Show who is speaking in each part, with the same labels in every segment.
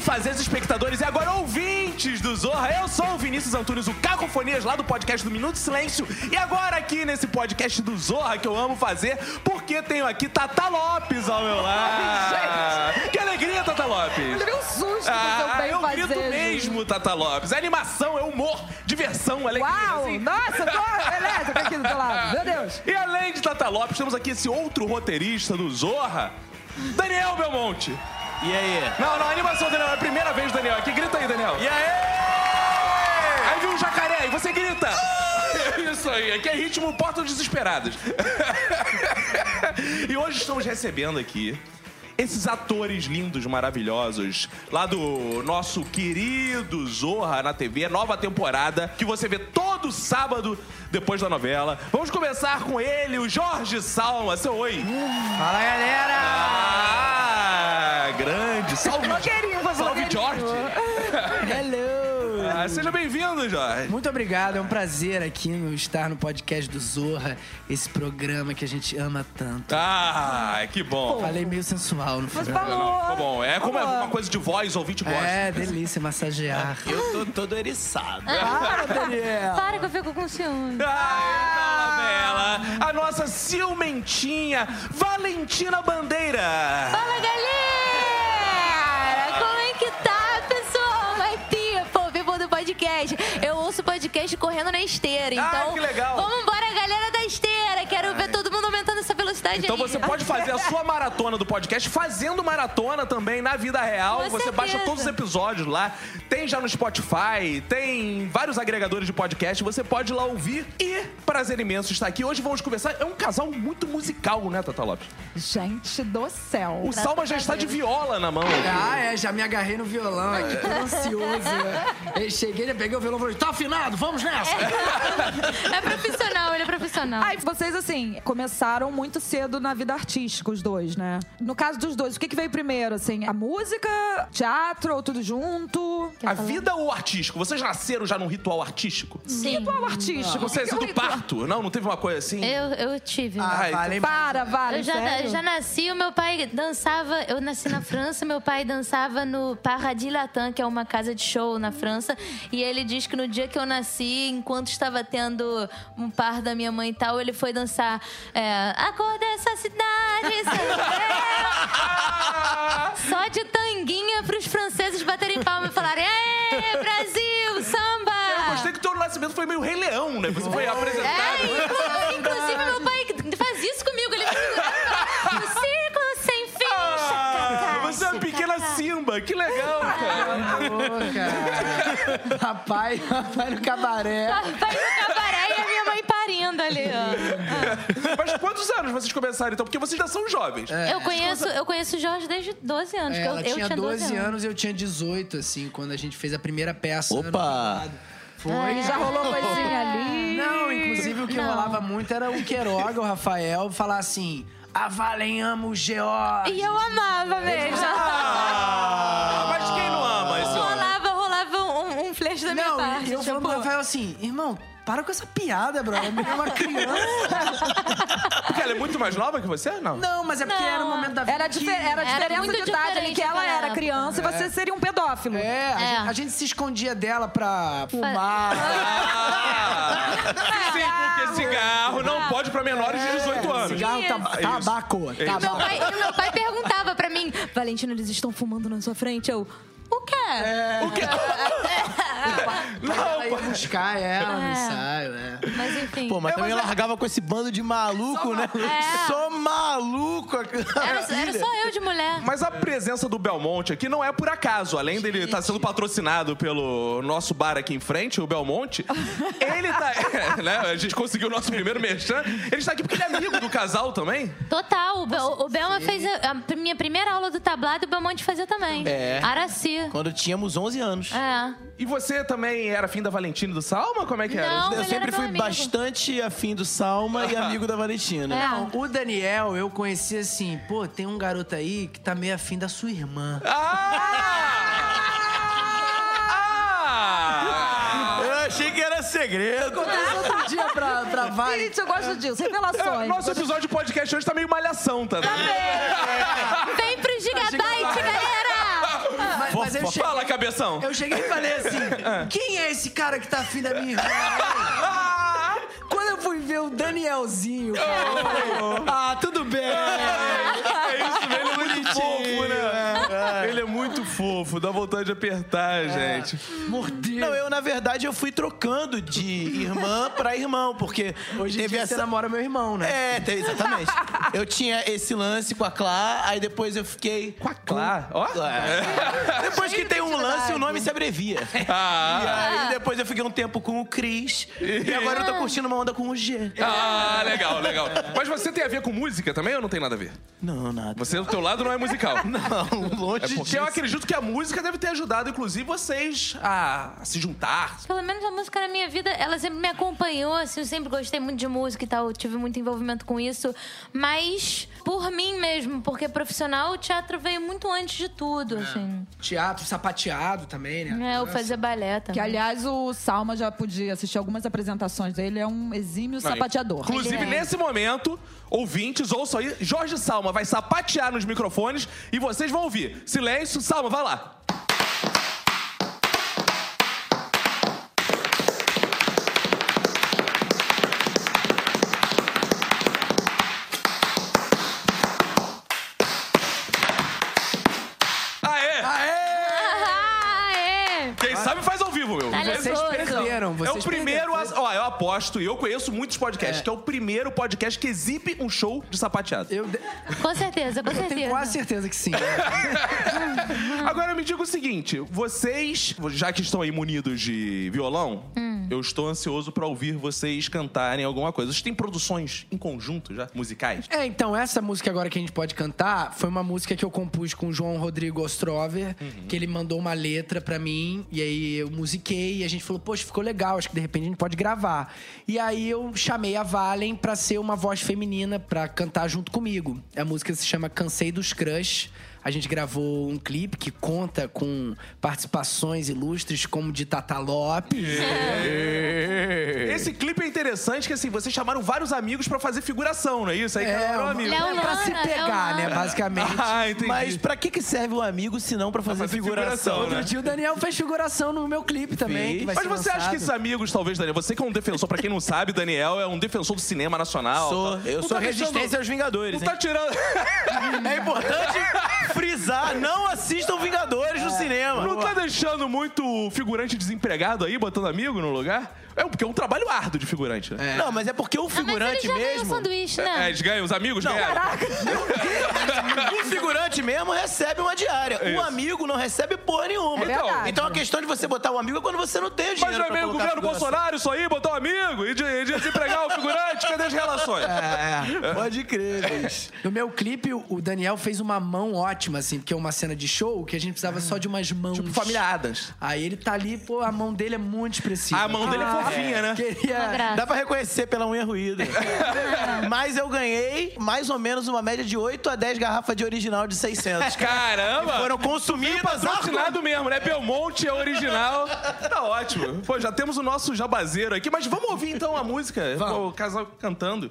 Speaker 1: fazer os espectadores e agora ouvintes do Zorra. Eu sou o Vinícius Antunes, o Cacofonias, lá do podcast do Minuto de Silêncio. E agora aqui nesse podcast do Zorra, que eu amo fazer, porque tenho aqui Tata Lopes ao meu lado.
Speaker 2: Ai,
Speaker 1: que alegria, Tata Lopes.
Speaker 2: Eu levei um susto do seu
Speaker 1: Ah,
Speaker 2: bem
Speaker 1: eu
Speaker 2: fazer.
Speaker 1: grito mesmo, Tata Lopes. É animação, é humor, diversão, alegria.
Speaker 2: Uau!
Speaker 1: assim.
Speaker 2: Nossa, tô elétrica aqui do teu lado. Meu Deus.
Speaker 1: E além de Tata Lopes, temos aqui esse outro roteirista do Zorra, Daniel Belmonte.
Speaker 3: E aí?
Speaker 1: Não, não, animação, Daniel. É a primeira vez, Daniel. Aqui, grita aí, Daniel.
Speaker 3: E aí?
Speaker 1: Aí vem um jacaré e você grita. Isso aí, aqui é ritmo Porta dos Desesperados. e hoje estamos recebendo aqui esses atores lindos, maravilhosos, lá do nosso querido Zorra na TV, nova temporada, que você vê todo sábado depois da novela. Vamos começar com ele, o Jorge Salma. Seu oi.
Speaker 3: Fala, galera!
Speaker 1: Ah, grande. Salve,
Speaker 2: Blogueirinho, vou
Speaker 1: salve
Speaker 2: blogueirinho.
Speaker 1: Jorge.
Speaker 3: Hello!
Speaker 1: Ah, seja bem-vindo, Jorge.
Speaker 3: Muito obrigado, é um prazer aqui no estar no podcast do Zorra, esse programa que a gente ama tanto.
Speaker 1: Ah, que bom.
Speaker 3: Falei meio sensual no
Speaker 2: Mas
Speaker 3: final.
Speaker 2: falou.
Speaker 1: Tá bom, é como é
Speaker 2: Falou.
Speaker 1: uma coisa de voz, ouvinte gosta.
Speaker 3: É, delícia massagear.
Speaker 4: Eu tô todo eriçado.
Speaker 3: Para, Daniel!
Speaker 5: Para que eu fico com ciúme.
Speaker 1: Ah, Bela, a nossa ciumentinha Valentina Bandeira.
Speaker 5: Fala, galera! Como é que tá, pessoal? My people, people do podcast. Eu ouço podcast correndo na esteira,
Speaker 1: Ah,
Speaker 5: então...
Speaker 1: que legal.
Speaker 5: Vamos embora, galera da esteira. Quero ver todo mundo aumentando essa velocidade
Speaker 1: Então
Speaker 5: aí.
Speaker 1: você pode fazer a sua maratona do podcast fazendo maratona também na vida real.
Speaker 5: Com
Speaker 1: você baixa
Speaker 5: certeza.
Speaker 1: todos os episódios lá. Tem já no Spotify, tem vários agregadores de podcast. Você pode ir lá ouvir. E prazer imenso estar aqui. Hoje vamos conversar. É um casal muito musical, né, Tata Lopes?
Speaker 2: Gente do céu.
Speaker 1: O Salma já está de viola na mão.
Speaker 3: Ah, é, já me agarrei no violão aqui, tô ansioso. Eu cheguei, já peguei o violão e falei, tá afinado, vamos nessa!
Speaker 5: É profissional, ele é profissional.
Speaker 2: Ai, vocês, assim, começaram muito cedo na vida artística, os dois, né? No caso dos dois, o que, que veio primeiro, assim? A música, teatro ou tudo junto?
Speaker 1: A vida ou artístico? Vocês nasceram já num ritual artístico?
Speaker 5: Sim.
Speaker 2: Qual artístico?
Speaker 1: Vocês
Speaker 2: Que
Speaker 1: do
Speaker 2: ritual?
Speaker 1: parto? Não, não teve uma coisa assim?
Speaker 5: Eu, eu tive.
Speaker 1: Ah, então-
Speaker 3: Falei,
Speaker 2: Para, vale,
Speaker 5: Eu já,
Speaker 2: sério?
Speaker 5: já nasci, o meu pai dançava. Eu nasci na França, meu pai dançava no Paradis Latin, que é uma casa de show na França. E ele diz que no dia que eu nasci, enquanto estava tendo um par da minha mãe e tal, ele foi dançar é, A cor dessa cidade, sou eu". Só de tanguinha pros franceses baterem palma e falarem: Ê, Brasil,
Speaker 1: Eu
Speaker 5: samba!
Speaker 1: gostei que o teu nascimento foi meio Rei Leão, né? Você foi apresentado.
Speaker 5: É, inclu- inclusive meu pai faz isso comigo. Ele me segurava e falava, "O círculo sem fim.
Speaker 1: Ah,
Speaker 5: Chacacá,
Speaker 1: você é uma pequena
Speaker 5: chacacá."
Speaker 1: Simba, que legal, cara.
Speaker 3: cara. Rapaz, rapaz no cabaré.
Speaker 5: Vai no cabaré e a minha mãe parindo ali, ó.
Speaker 1: Mas quantos anos vocês começaram, então? Porque vocês já são jovens.
Speaker 5: eu, conheço, eu conheço o Jorge desde 12 anos.
Speaker 3: É,
Speaker 5: que eu,
Speaker 3: ela
Speaker 5: eu
Speaker 3: tinha 12
Speaker 5: anos.
Speaker 3: anos e eu tinha 18, assim, quando a gente fez a primeira peça.
Speaker 4: Opa!
Speaker 3: Foi.
Speaker 2: E já rolou assim, coisinha ali.
Speaker 3: Não, inclusive o que
Speaker 5: Não.
Speaker 3: rolava muito era o Queiroga, o Rafael, falar assim: a Valen ama o George.
Speaker 5: E eu amava mesmo.
Speaker 1: Ah, mas quem não ama esse homem?
Speaker 5: rolava, rolava um, um flash da minha
Speaker 3: Não,
Speaker 5: parte.
Speaker 3: e eu falando pro Rafael assim: irmão, para com essa piada, brother. É uma criança.
Speaker 1: Porque ela é muito mais nova que você? Não.
Speaker 3: Não, mas é porque
Speaker 5: Não,
Speaker 3: era um momento da vida.
Speaker 2: Era,
Speaker 3: que-
Speaker 2: difer era
Speaker 5: Era
Speaker 2: diferença
Speaker 5: muito
Speaker 2: de idade ali,
Speaker 5: diferente
Speaker 2: que ela
Speaker 5: naquela
Speaker 2: era
Speaker 5: época.
Speaker 2: criança e você seria um pedófilo.
Speaker 3: É, a,
Speaker 5: É.
Speaker 3: Gente, a gente se escondia dela pra fumar.
Speaker 1: Ah, sim, porque cigarro não pode pra menores de 18 anos.
Speaker 3: É.
Speaker 5: É
Speaker 1: É
Speaker 3: Cigarro, tab- tabaco.
Speaker 5: E meu,
Speaker 3: tabaco.
Speaker 5: pai, e meu pai perguntava pra mim, Valentino, eles estão fumando na sua frente? Eu, o quê? "É,
Speaker 3: É.
Speaker 1: O quê?
Speaker 3: Ela
Speaker 1: Não,
Speaker 3: ia buscar ela no
Speaker 5: É.
Speaker 3: ensaio, é.
Speaker 5: Mas enfim.
Speaker 4: Pô, mas também eu largava com esse bando de maluco, né?
Speaker 5: É.
Speaker 4: Só maluco!
Speaker 5: era, era só eu de mulher.
Speaker 1: Mas a presença do Belmonte aqui não é por acaso. Além dele estar sendo patrocinado pelo nosso bar aqui em frente, o Belmonte, ele tá. É, né? A gente conseguiu o nosso primeiro merchan. Ele está aqui porque ele é amigo do casal também.
Speaker 5: Total, o, Bel, o Belma fez a, a minha primeira aula do tablado e o Belmonte fazia também.
Speaker 4: É.
Speaker 5: Araci.
Speaker 4: Quando tínhamos 11 anos.
Speaker 5: É.
Speaker 1: E você também era fim da Valentina e do Salma? Como é que era?
Speaker 5: Não. ele
Speaker 4: Eu
Speaker 5: era
Speaker 4: sempre
Speaker 5: meu
Speaker 4: fui
Speaker 5: amigo.
Speaker 4: bastante afim do Salma e amigo da Valentina.
Speaker 5: É.
Speaker 3: Não, o Daniel eu conheci assim, pô, tem um garoto aí que tá meio afim da sua irmã.
Speaker 1: Ah! Ah!
Speaker 4: Eu achei que era segredo.
Speaker 3: Aconteceu outro dia pra, pra Vale.
Speaker 2: Gente, eu gosto disso.
Speaker 1: É,
Speaker 2: Revelações.
Speaker 1: Nosso episódio de podcast hoje tá meio malhação, tá?
Speaker 5: Vem pro Gigabyte, galera!
Speaker 3: mas, mas eu cheguei,
Speaker 1: Fala, cabeção!
Speaker 3: eu cheguei e falei assim: quem é esse cara que tá afim da minha irmã? Quando eu fui ver o Danielzinho, cara, eu falei, ah, tudo bem.
Speaker 1: É isso, velho, ele é muito fofo, né? Ele é muito fofo, dá vontade de apertar,
Speaker 4: É.
Speaker 1: gente.
Speaker 3: Mordeu.
Speaker 4: Não, eu, na verdade, eu fui trocando de irmã pra irmão, porque
Speaker 3: Hoje em
Speaker 4: teve
Speaker 3: dia
Speaker 4: essa...
Speaker 3: você namora meu irmão, né?
Speaker 4: É, te- exatamente. eu tinha esse lance com a Clá, aí depois eu fiquei. Com a
Speaker 1: Clá? Ó.
Speaker 4: Depois que
Speaker 5: É. Cheio
Speaker 4: tem
Speaker 5: de
Speaker 4: um
Speaker 5: atividade.
Speaker 4: lance, o nome se abrevia. E
Speaker 1: Ah,
Speaker 4: aí depois eu fiquei um tempo com o Cris. E agora eu tô curtindo uma onda com o G.
Speaker 1: ah, legal, legal. Mas você tem a ver com música também ou não tem nada a ver?
Speaker 4: Não, nada.
Speaker 1: Você, do teu lado, não é musical.
Speaker 4: Não, longe
Speaker 1: É porque
Speaker 4: disso.
Speaker 1: eu acredito que a música deve ter ajudado, inclusive, vocês a, a se juntar.
Speaker 5: Pelo menos a música na minha vida, ela sempre me acompanhou, assim, eu sempre gostei muito de música e tal, eu tive muito envolvimento com isso, mas por mim mesmo, porque profissional, o teatro veio muito antes de tudo, assim.
Speaker 3: Teatro, sapateado também, né?
Speaker 5: É, eu fazia balé também.
Speaker 2: Que, aliás, o Salma já podia assistir algumas apresentações dele. É um exímio sapateador.
Speaker 1: Inclusive,
Speaker 5: É.
Speaker 1: nesse momento, ouvintes, ouçam aí, Jorge Salma vai sapatear nos microfones e vocês vão ouvir. Silêncio, Salma, vai lá. Aê!
Speaker 5: Ah, é!
Speaker 1: Quem sabe faz ao vivo, meu.
Speaker 5: Olha
Speaker 3: Vocês
Speaker 5: só,
Speaker 3: perderam, vocês
Speaker 1: é o primeiro.
Speaker 3: perderam.
Speaker 1: a- Ó, eu aposto, e eu conheço muitos podcasts,
Speaker 3: É.
Speaker 1: que é o primeiro podcast que exibe um show de sapateado.
Speaker 3: Eu, de-
Speaker 5: Com certeza, com
Speaker 3: eu tenho quase
Speaker 5: certeza.
Speaker 3: certeza que sim.
Speaker 1: Agora me diga o seguinte: vocês, já que estão aí munidos de violão,
Speaker 3: Hum.
Speaker 1: eu estou ansioso pra ouvir vocês cantarem alguma coisa. Vocês têm produções em conjunto já, musicais?
Speaker 3: É, então, essa música agora que a gente pode cantar foi uma música que eu compus com o João Rodrigo Ostrover, que ele mandou uma letra pra mim, e aí eu musiquei, e a gente falou, poxa, ficou legal, acho que de repente a gente pode gravar. E aí eu chamei a Valen pra ser uma voz feminina pra cantar junto comigo. A música se chama Cansei dos Crush. A gente gravou um clipe que conta com participações ilustres como de Tata Lopes.
Speaker 1: Esse clipe é interessante, que assim, vocês chamaram vários amigos pra fazer figuração, não é isso? Aí
Speaker 3: É,
Speaker 1: chamaram um
Speaker 3: uma-
Speaker 1: amigo.
Speaker 5: Léo
Speaker 3: é pra se
Speaker 5: Lana,
Speaker 3: pegar,
Speaker 5: Léo
Speaker 3: né?
Speaker 5: Lana.
Speaker 3: Basicamente.
Speaker 1: Ah, entendi.
Speaker 4: Mas pra que, que serve o amigo se não pra fazer,
Speaker 1: fazer
Speaker 4: figuração?
Speaker 1: figuração, né?
Speaker 3: Outro dia o Daniel fez figuração no meu clipe também.
Speaker 4: Fez.
Speaker 3: que vai
Speaker 1: Mas
Speaker 3: ser
Speaker 1: você acha
Speaker 3: lançado.
Speaker 1: que esses amigos, talvez, Daniel, você que é um defensor, pra quem não sabe, Daniel é um defensor do cinema nacional.
Speaker 4: Sou, eu
Speaker 1: Não
Speaker 4: sou
Speaker 1: tá deixando-
Speaker 4: resistência aos Vingadores.
Speaker 1: Não tá tirando.
Speaker 4: hein? É importante frisar, não assistam Vingadores no cinema.
Speaker 1: Não tá deixando muito figurante desempregado aí, botando amigo no lugar? É, porque é um trabalho árduo de figurante, né?
Speaker 4: Não, mas é porque o
Speaker 5: Ah, mas ele
Speaker 4: figurante
Speaker 5: já ganhou
Speaker 4: mesmo.
Speaker 5: sanduíche,
Speaker 1: É,
Speaker 5: né?
Speaker 1: eles ganham, os amigos ganham.
Speaker 4: O figurante mesmo recebe uma diária.
Speaker 1: Isso.
Speaker 4: O amigo não recebe porra nenhuma.
Speaker 2: Então, verdade.
Speaker 4: então a questão de você botar o amigo é quando você não tem o
Speaker 1: Mas
Speaker 4: dinheiro.
Speaker 1: já
Speaker 4: pra
Speaker 1: veio o
Speaker 4: colocar
Speaker 1: governo
Speaker 4: figuração.
Speaker 1: Bolsonaro isso aí, botar um amigo e de, e de desempregar o figurante? Cadê as relações?
Speaker 4: É, pode crer, bicho.
Speaker 3: No meu clipe, o o Daniel fez uma mão ótima, assim, porque é uma cena de show que a gente precisava só de umas mãos.
Speaker 1: Tipo, família Adams.
Speaker 3: Aí ele tá ali, pô, a mão dele é muito expressiva.
Speaker 1: A mão dele
Speaker 4: Ah,
Speaker 1: é fofinha, né?
Speaker 5: Uma
Speaker 3: Queria.
Speaker 5: graça.
Speaker 4: Dá pra reconhecer pela unha ruída. Mas eu ganhei mais ou menos uma média de 8 a 10 garrafas de original de 600.
Speaker 1: Caramba!
Speaker 4: Foram consumidas
Speaker 1: Patrocinado mesmo, né? Belmonte é original. Tá ótimo. Pô, já temos o nosso jabazeiro aqui, mas vamos ouvir então a música. O casal cantando.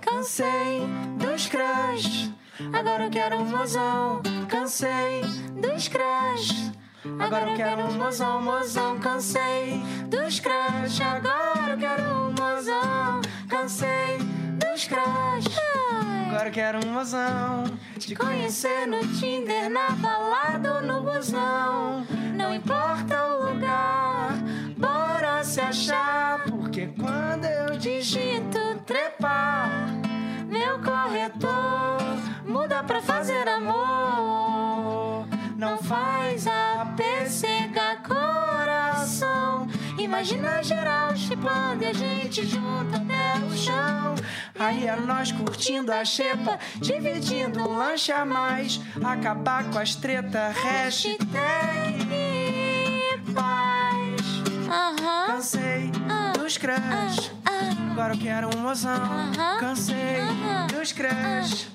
Speaker 5: Cansei dos crush, agora eu quero um mozão. Cansei dos crush, agora eu quero um mozão, mozão. Cansei dos crush, agora eu quero um mozão. Cansei dos crush. Agora eu quero um mozão. Te conhecer no Tinder, na balada ou no busão. Não importa o lugar, bora se achar. Porque quando eu digito trepar. Meu corretor muda pra fazer amor. Não faz a pessega coração. Imagina geral chipando e a gente junta até o chão.
Speaker 3: Aí é nós curtindo a xepa, dividindo um lanche a mais, acabar com as treta, hash.
Speaker 5: Hashtag paz. Aham.
Speaker 3: Cansei dos crush,
Speaker 5: ah.
Speaker 3: agora eu quero um mozão. Cansei dos crush,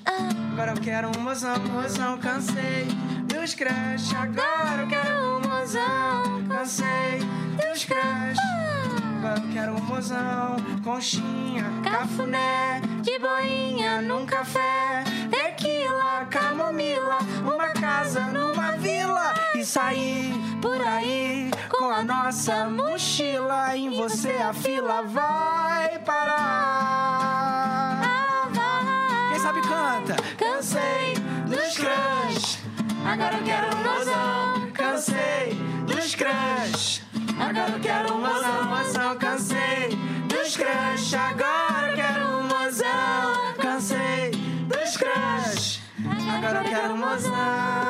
Speaker 3: agora eu quero um mozão, mozão. Cansei dos crush, agora eu quero um mozão. Cansei dos crush.
Speaker 6: samba, quero um mozão, conchinha, cafuné,
Speaker 5: De boinha
Speaker 6: num café,
Speaker 5: tequila,
Speaker 6: camomila, uma casa numa vila e sair por aí com a nossa mochila. Em você a fila vai parar. Quem sabe canta? Cansei dos crush, agora eu quero um mozão. Cansei dos crush, agora eu quero um mozão, mozão. Cansei dos crush, agora eu quero um mozão. Cansei dos crush, agora eu quero um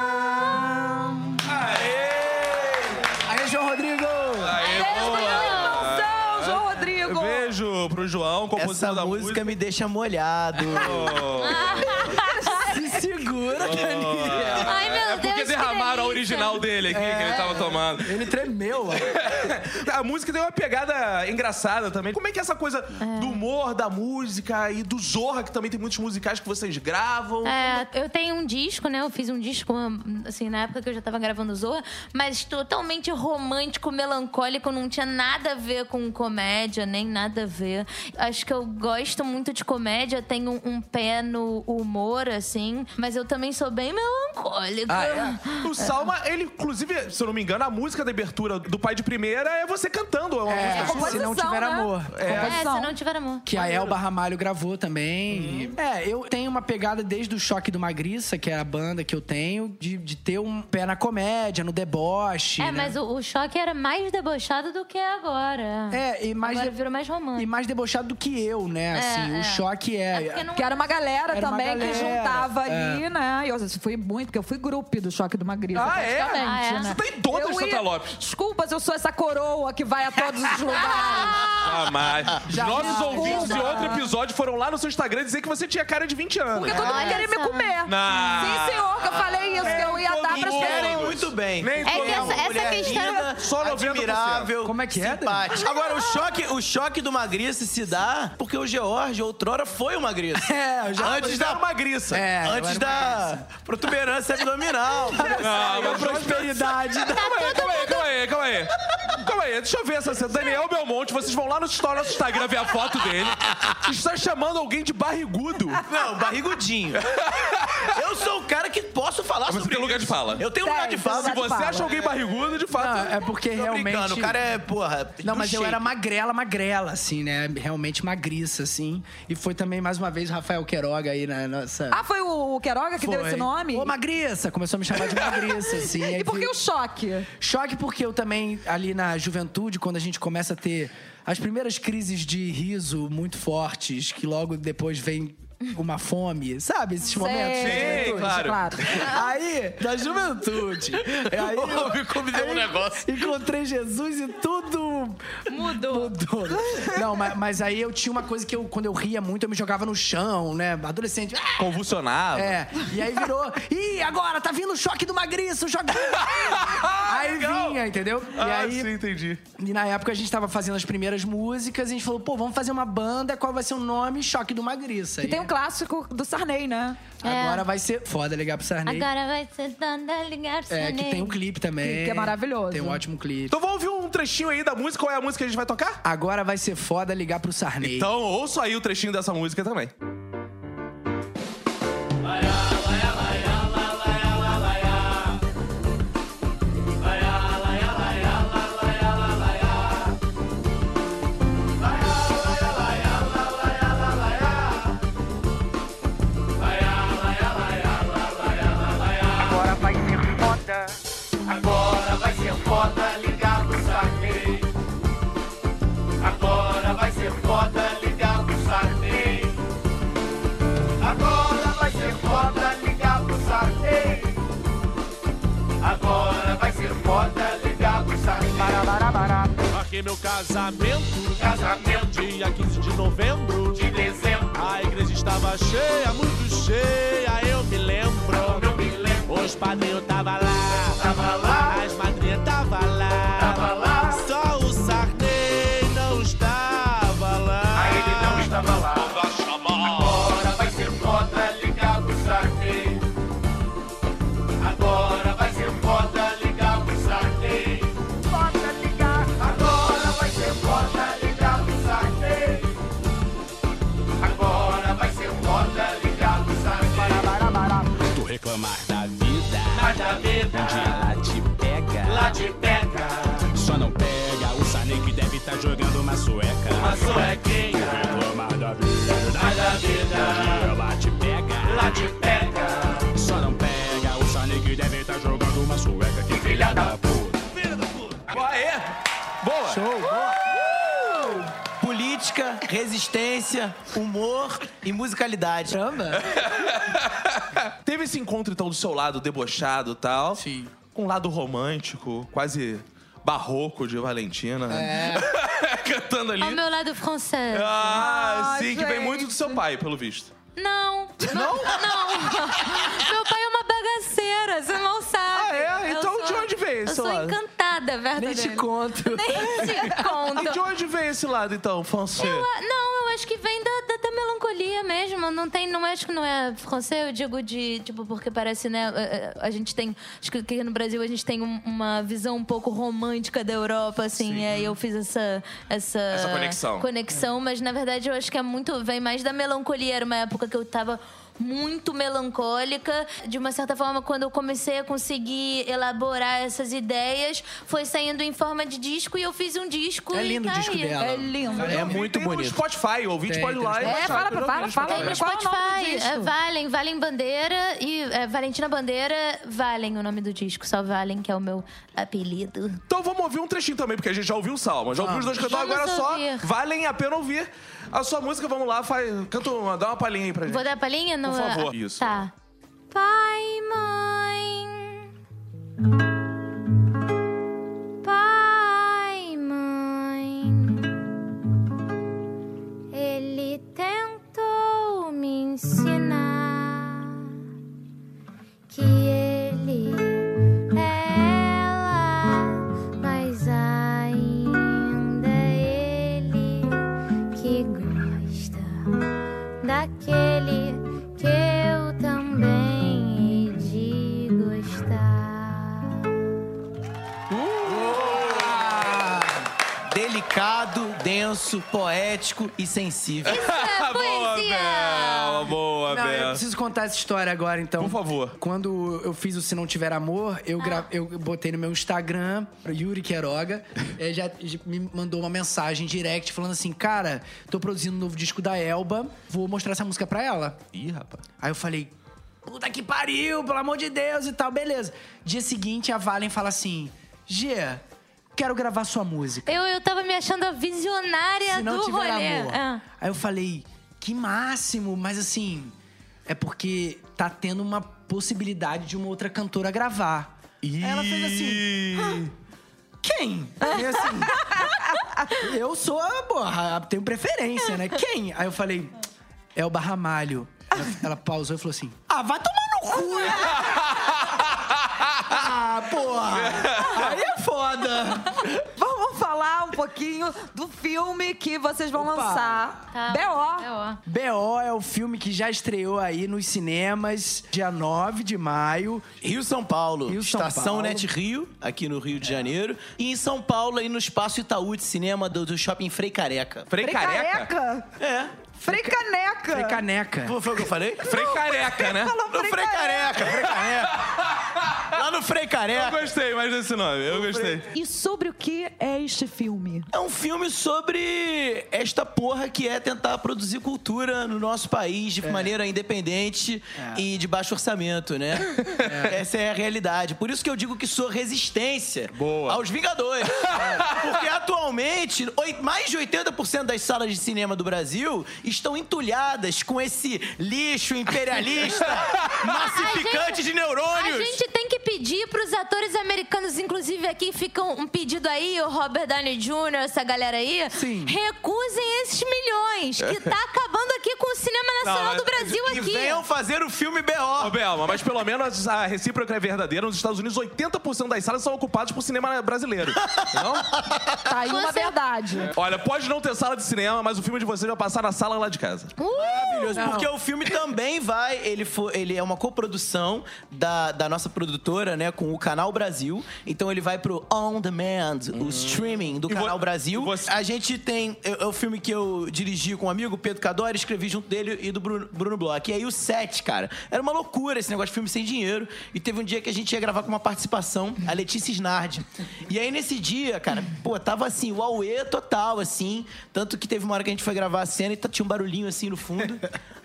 Speaker 6: mozão.
Speaker 1: Aê!
Speaker 3: Aí, João Rodrigo!
Speaker 1: Aê, boa!
Speaker 2: Não, João
Speaker 1: É,
Speaker 2: Rodrigo!
Speaker 1: Beijo pro João, compositor
Speaker 4: Essa
Speaker 1: da
Speaker 4: música,
Speaker 1: música.
Speaker 4: me deixa molhado.
Speaker 3: Se segura, Danilo!
Speaker 5: Ai, meu
Speaker 1: é porque
Speaker 5: Deus, que
Speaker 1: derramaram a
Speaker 5: delícia.
Speaker 1: original dele aqui, que ele tava tomando.
Speaker 3: Ele tremeu, ó.
Speaker 1: A música tem uma pegada engraçada também. Como é que é essa coisa do humor, da música e do Zorra, que também tem muitos musicais que vocês gravam?
Speaker 5: É, eu tenho um disco, né? Eu fiz um disco, assim, na época que eu já tava gravando Zoa, mas totalmente romântico, melancólico, não tinha nada a ver com comédia, nem nada a ver. Acho que eu gosto muito de comédia, tenho um, um pé no humor, assim, mas eu também sou bem melancólica.
Speaker 1: O Salma, ele, inclusive, se eu não me engano, a música da abertura do Pai de Primeira é você cantando. É uma
Speaker 3: É,
Speaker 1: música
Speaker 3: se não
Speaker 2: composição,
Speaker 3: tiver
Speaker 2: né?
Speaker 3: amor.
Speaker 5: É, se
Speaker 2: Composição.
Speaker 5: não tiver amor.
Speaker 3: Que a Elba Ramalho gravou também.
Speaker 2: Uhum.
Speaker 3: É, eu tenho uma pegada desde o Choque do Magriça, que é a banda que eu tenho, de, de ter um pé na comédia, no deboche.
Speaker 5: É,
Speaker 3: né?
Speaker 5: mas o, o choque era mais debochado do que é agora.
Speaker 3: É, e mais,
Speaker 5: agora
Speaker 3: de-
Speaker 5: virou mais
Speaker 3: e
Speaker 5: romântico.
Speaker 3: mais debochado do que eu, né? assim,
Speaker 5: é.
Speaker 3: o choque é.
Speaker 5: É porque não
Speaker 2: Que era uma galera
Speaker 3: Era uma
Speaker 2: também que
Speaker 3: galera,
Speaker 2: juntava ali, né? E eu fui muito, porque eu fui grupo do Choque do Magriça.
Speaker 1: Ah, é?
Speaker 2: praticamente,
Speaker 5: Ah, é?
Speaker 2: né?
Speaker 1: Você tá em todas,
Speaker 2: Eu
Speaker 1: Santa
Speaker 2: ia-
Speaker 1: Lopes.
Speaker 2: Desculpas, eu sou essa coroa que vai a todos os lugares.
Speaker 1: Jamais. Os nossos
Speaker 2: não,
Speaker 1: ouvintes de
Speaker 2: desculpa.
Speaker 1: outro episódio foram lá no seu Instagram dizer que você tinha cara de 20 anos.
Speaker 2: Porque todo mundo
Speaker 5: Olha
Speaker 2: queria me
Speaker 5: só.
Speaker 2: comer.
Speaker 1: Não.
Speaker 2: Sim, senhor, que eu falei isso, que eu ia dar
Speaker 1: todo
Speaker 2: pras
Speaker 1: mundo.
Speaker 2: pessoas.
Speaker 4: Querem muito bem. É
Speaker 1: Nem
Speaker 5: que
Speaker 1: todo
Speaker 5: essa-
Speaker 1: mundo.
Speaker 5: essa questão-
Speaker 1: Só 90%.
Speaker 4: admirável,
Speaker 3: Como é que é,
Speaker 4: simpática. Agora, o choque, o choque do Magrice se dá porque o George outrora foi o Magrice.
Speaker 3: É, eu já-
Speaker 4: Antes da magriça.
Speaker 3: É, eu
Speaker 4: antes
Speaker 3: era
Speaker 4: da protuberância abdominal.
Speaker 1: Não, mas
Speaker 3: prosperidade.
Speaker 1: Calma aí, calma aí, calma aí, calma aí. Calma aí, deixa eu ver essa cena. Daniel Belmonte, vocês vão lá no story- nosso Instagram ver a foto dele. Está chamando alguém de barrigudo.
Speaker 4: Não, barrigudinho. Eu sou o cara que posso falar
Speaker 1: Você
Speaker 4: sobre
Speaker 1: tem lugar de fala.
Speaker 4: Eu
Speaker 3: Tá,
Speaker 4: tenho um lugar de
Speaker 3: então
Speaker 4: fala.
Speaker 1: Se você acha alguém barrigudo, de fato.
Speaker 3: Não, é porque
Speaker 4: Tô
Speaker 3: realmente.
Speaker 4: brincando, o cara é, porra.
Speaker 3: Não,
Speaker 4: do
Speaker 3: mas eu
Speaker 4: shape.
Speaker 3: era magrela, magrela, assim, né? Realmente magriça, assim. E foi também, mais uma vez, o Rafael Queiroga aí na nossa.
Speaker 2: Ah, foi o Queiroga que deu
Speaker 3: Foi.
Speaker 2: esse nome?
Speaker 3: Ô, magriça! Começou a me chamar de magriça, assim. aí
Speaker 2: E por que o
Speaker 3: fui-
Speaker 2: choque?
Speaker 3: Choque porque eu também, ali na juventude, quando a gente começa a ter as primeiras crises de riso muito fortes, que logo depois vem uma fome, sabe? Esses momentos. da
Speaker 2: Sei,
Speaker 3: juventude?
Speaker 1: claro.
Speaker 3: Aí, da juventude. Aí,
Speaker 4: Ouve como deu um
Speaker 3: aí
Speaker 4: negócio.
Speaker 3: Encontrei Jesus e tudo mudou. Não, mas, mas aí eu tinha uma coisa que eu, quando eu ria muito, eu me jogava no chão, né? Adolescente. Ah!
Speaker 1: Convulsionava.
Speaker 3: É, e aí virou. Ih, agora tá vindo o choque do magriço, o choque do magriço. Aí
Speaker 1: Legal.
Speaker 3: vinha, entendeu? E
Speaker 1: Ah,
Speaker 3: aí,
Speaker 1: sim, entendi.
Speaker 3: e na época a gente tava fazendo as primeiras músicas e a gente falou, pô, vamos fazer uma banda, qual vai ser o nome? Choque do Magriça.
Speaker 2: Que
Speaker 3: E
Speaker 2: tem um clássico do Sarney, né?
Speaker 3: Agora vai ser foda ligar pro Sarney.
Speaker 5: Agora vai ser dando ligar
Speaker 3: É, que tem um clipe também.
Speaker 2: Que é maravilhoso.
Speaker 3: Tem um ótimo clipe.
Speaker 1: Então vamos ouvir um trechinho aí da música. Qual é a música que a gente vai tocar?
Speaker 3: Agora vai ser foda ligar pro Sarney.
Speaker 1: Então ouça aí o trechinho dessa música também.
Speaker 6: Agora vai ser foda. Agora vai ser foda ligar pro Sarney. Agora vai ser foda ligar pro Sarney. Agora vai ser foda ligar pro Sarney. Agora vai ser foda ligar pro Sarney.
Speaker 7: Marquei meu casamento,
Speaker 6: Casamento
Speaker 7: dia 15 de novembro.
Speaker 6: de dezembro,
Speaker 7: A igreja estava cheia, muito cheia, eu me lembro.
Speaker 6: eu me lembro.
Speaker 7: Os padrinhos tava lá,
Speaker 6: Tava lá,
Speaker 7: as madrinhas tava lá.
Speaker 6: tava lá.
Speaker 7: Só o Sarney não estava lá.
Speaker 6: Aí ele não estava lá.
Speaker 7: vai chamar.
Speaker 6: Agora vai ser foda ligar pro Sarney. Agora vai ser foda ligar pro Sarney. Foda ligar. Agora vai ser foda ligar.
Speaker 8: Lá te pega. Lá te pega. Só não pega o Sané que deve estar jogando uma sueca. Uma suequinha. Reclamar da vida. da vida. Lá te pega. Lá te pega. Só não pega o Sané que deve estar jogando uma sueca. Que filha da puta.
Speaker 1: Aê! Boa!
Speaker 4: Política, resistência, humor e musicalidade.
Speaker 3: Caramba!
Speaker 1: Teve esse encontro, então, do seu lado debochado e tal.
Speaker 3: Sim.
Speaker 1: Com um lado romântico, quase barroco de Valentina. É. Cantando ali.
Speaker 5: Ao meu lado francês.
Speaker 1: Ah,
Speaker 2: Ah,
Speaker 1: sim, que vem
Speaker 2: gente.
Speaker 1: muito do seu pai, pelo visto.
Speaker 5: Não. Não? Não. Meu pai é uma bagaceira, você não sabe.
Speaker 1: Ah, é?
Speaker 5: Eu
Speaker 1: Então de onde veio
Speaker 5: Eu
Speaker 1: esse
Speaker 5: sou
Speaker 1: lado?
Speaker 5: encantada, verdade.
Speaker 3: Nem te conto.
Speaker 5: Nem te
Speaker 1: E de
Speaker 5: conto.
Speaker 1: onde vem esse lado, então, Fonse?
Speaker 5: Eu a- não, eu acho que vem da, da, da melancolia mesmo. Não tem, não acho que não é francês, eu digo de, tipo, porque parece, né? eh, eh, A gente tem. Acho que aqui no Brasil a gente tem um- uma visão um pouco romântica da Europa, assim. E aí eu fiz essa. Essa,
Speaker 1: Essa conexão.
Speaker 5: conexão, mas na verdade eu acho que é muito. Vem mais da melancolia. Era uma época que eu tava muito melancólica. De uma certa forma, quando eu comecei a conseguir elaborar essas ideias, foi saindo em forma de disco e eu fiz um disco.
Speaker 3: É
Speaker 5: e
Speaker 3: lindo o
Speaker 5: tá
Speaker 3: disco
Speaker 5: aí.
Speaker 3: dela.
Speaker 2: É lindo.
Speaker 4: É muito
Speaker 1: tem
Speaker 4: bonito.
Speaker 1: No Spotify, o ouvinte
Speaker 3: Tem,
Speaker 1: pode ir
Speaker 3: tem
Speaker 1: lá
Speaker 3: no
Speaker 1: e
Speaker 2: É,
Speaker 1: baixar,
Speaker 2: fala,
Speaker 1: pelo
Speaker 2: fala,
Speaker 1: menos,
Speaker 2: fala
Speaker 1: pra
Speaker 5: Tem no
Speaker 2: Mas qual é o nome do
Speaker 5: Spotify,
Speaker 2: disco?
Speaker 5: é Valem, Valem Bandeira e é, Valentina Bandeira, Valem o nome do disco, só Valem, que é o meu apelido.
Speaker 1: Então vamos ouvir um trechinho também, porque a gente já ouviu o Salma, já ouviu os dois cantando,
Speaker 5: Vamos
Speaker 1: agora é só
Speaker 5: ouvir.
Speaker 1: valem a pena ouvir a sua música. Vamos lá, faz, canta uma, dá uma palhinha aí pra gente.
Speaker 5: Vou dar a palhinha? Não,
Speaker 1: Por favor.
Speaker 5: ah,
Speaker 1: Isso.
Speaker 5: Tá. Pai, mãe. Pai, mãe. Ele tentou me ensinar que ele é ela, mas ainda é ele que gosta daquele que eu também hei de gostar.
Speaker 4: Delicado, denso, poético e sensível.
Speaker 5: É
Speaker 1: boa, Bel, boa,
Speaker 3: Não, eu
Speaker 1: Bel.
Speaker 3: preciso contar essa história agora, então.
Speaker 1: Por favor.
Speaker 3: Quando eu fiz o Se Não Tiver Amor, eu, gra- eu botei no meu Instagram, o Yuri Queiroga, eh, já, já me mandou uma mensagem direct falando assim: Cara, tô produzindo um novo disco da Elba, vou mostrar essa música pra ela.
Speaker 1: Ih, rapaz.
Speaker 3: Aí eu falei, puta que pariu, pelo amor de Deus e tal, beleza. Dia seguinte, a Valen fala assim: Gê, quero gravar sua música.
Speaker 5: Eu, eu tava me achando a visionária
Speaker 3: Se não
Speaker 5: do
Speaker 3: tiver
Speaker 5: rolê.
Speaker 3: amor.
Speaker 5: Ah.
Speaker 3: Aí eu falei, que máximo, mas assim, é porque tá tendo uma possibilidade de uma outra cantora gravar. Aí ela fez assim, quem? Aí eu assim, eu sou a, porra, tenho preferência, né? Quem? Aí eu falei, é o Barramalho. Ela, ela pausou e falou assim, ah, vai tomar no cu! né? ah, porra! Aí é foda!
Speaker 2: Vamos falar um pouquinho do filme que vocês vão lançar.
Speaker 5: Tá.
Speaker 2: B.O.
Speaker 5: B.O.
Speaker 3: B.O. é o filme que já estreou aí nos cinemas, dia 9 de maio.
Speaker 4: Rio São Paulo,
Speaker 3: Rio, São
Speaker 4: Estação
Speaker 3: Paulo.
Speaker 4: Net Rio, aqui no Rio de Janeiro. E em São Paulo, aí no Espaço Itaú de Cinema do, do Shopping Frei Careca.
Speaker 1: Frei careca?
Speaker 2: É. Frei Caneca.
Speaker 3: Tem É caneca.
Speaker 4: Como foi que eu falei?
Speaker 1: Frei careca, né?
Speaker 2: Falou
Speaker 4: No
Speaker 2: Frei
Speaker 4: Frei
Speaker 2: Caneca.
Speaker 4: Careca, Frei Careca. Lá no Frei
Speaker 1: Eu
Speaker 4: Careca.
Speaker 1: gostei mais desse nome, eu gostei.
Speaker 2: E sobre o que é este filme?
Speaker 4: É um filme sobre esta porra que é tentar produzir cultura no nosso país de maneira independente e de baixo orçamento, né? Essa é a realidade. Por isso que eu digo que sou resistência
Speaker 1: Boa.
Speaker 4: aos Vingadores. Porque atualmente, oi- mais de 80% das salas de cinema do Brasil estão entulhadas com esse lixo imperialista massificante de
Speaker 5: A
Speaker 4: neurônios.
Speaker 5: gente tem que pedir pros atores americanos, inclusive aqui fica um pedido aí, o Robert Downey Jr., essa galera aí.
Speaker 3: Sim. É.
Speaker 5: Recusem esses milhões, que tá acabando aqui com o cinema nacional
Speaker 1: Não,
Speaker 5: do Brasil
Speaker 4: E
Speaker 5: tá aqui.
Speaker 4: venham fazer o filme B.O.
Speaker 1: Ô, Belma, mas pelo menos a recíproca é verdadeira. Nos Estados Unidos, 80% das salas são ocupadas por cinema brasileiro. Não?
Speaker 2: Tá aí uma
Speaker 5: Você-
Speaker 2: verdade.
Speaker 1: Olha, pode não ter sala de cinema, mas o filme de vocês vai passar na sala lá de casa.
Speaker 5: Uh!
Speaker 4: maravilhoso, porque o filme também vai. Ele, foi, ele é uma coprodução da, da nossa produtora, né, com o Canal Brasil. Então ele vai pro On Demand, o streaming do
Speaker 1: Hum. E vo-
Speaker 4: Canal Brasil.
Speaker 1: e você-
Speaker 4: A gente tem. É é o filme que eu dirigi com um amigo, Pedro Cadore, escrevi fiz junto dele e do Bruno, Bruno Bloch. E aí o set, cara, era uma loucura esse negócio de filme sem dinheiro. E teve um dia que a gente ia gravar com uma participação, a Letícia Snard. E aí nesse dia, cara, pô, tava assim, o auê total, assim. Tanto que teve uma hora que a gente foi gravar a cena e t- tinha um barulhinho assim no fundo.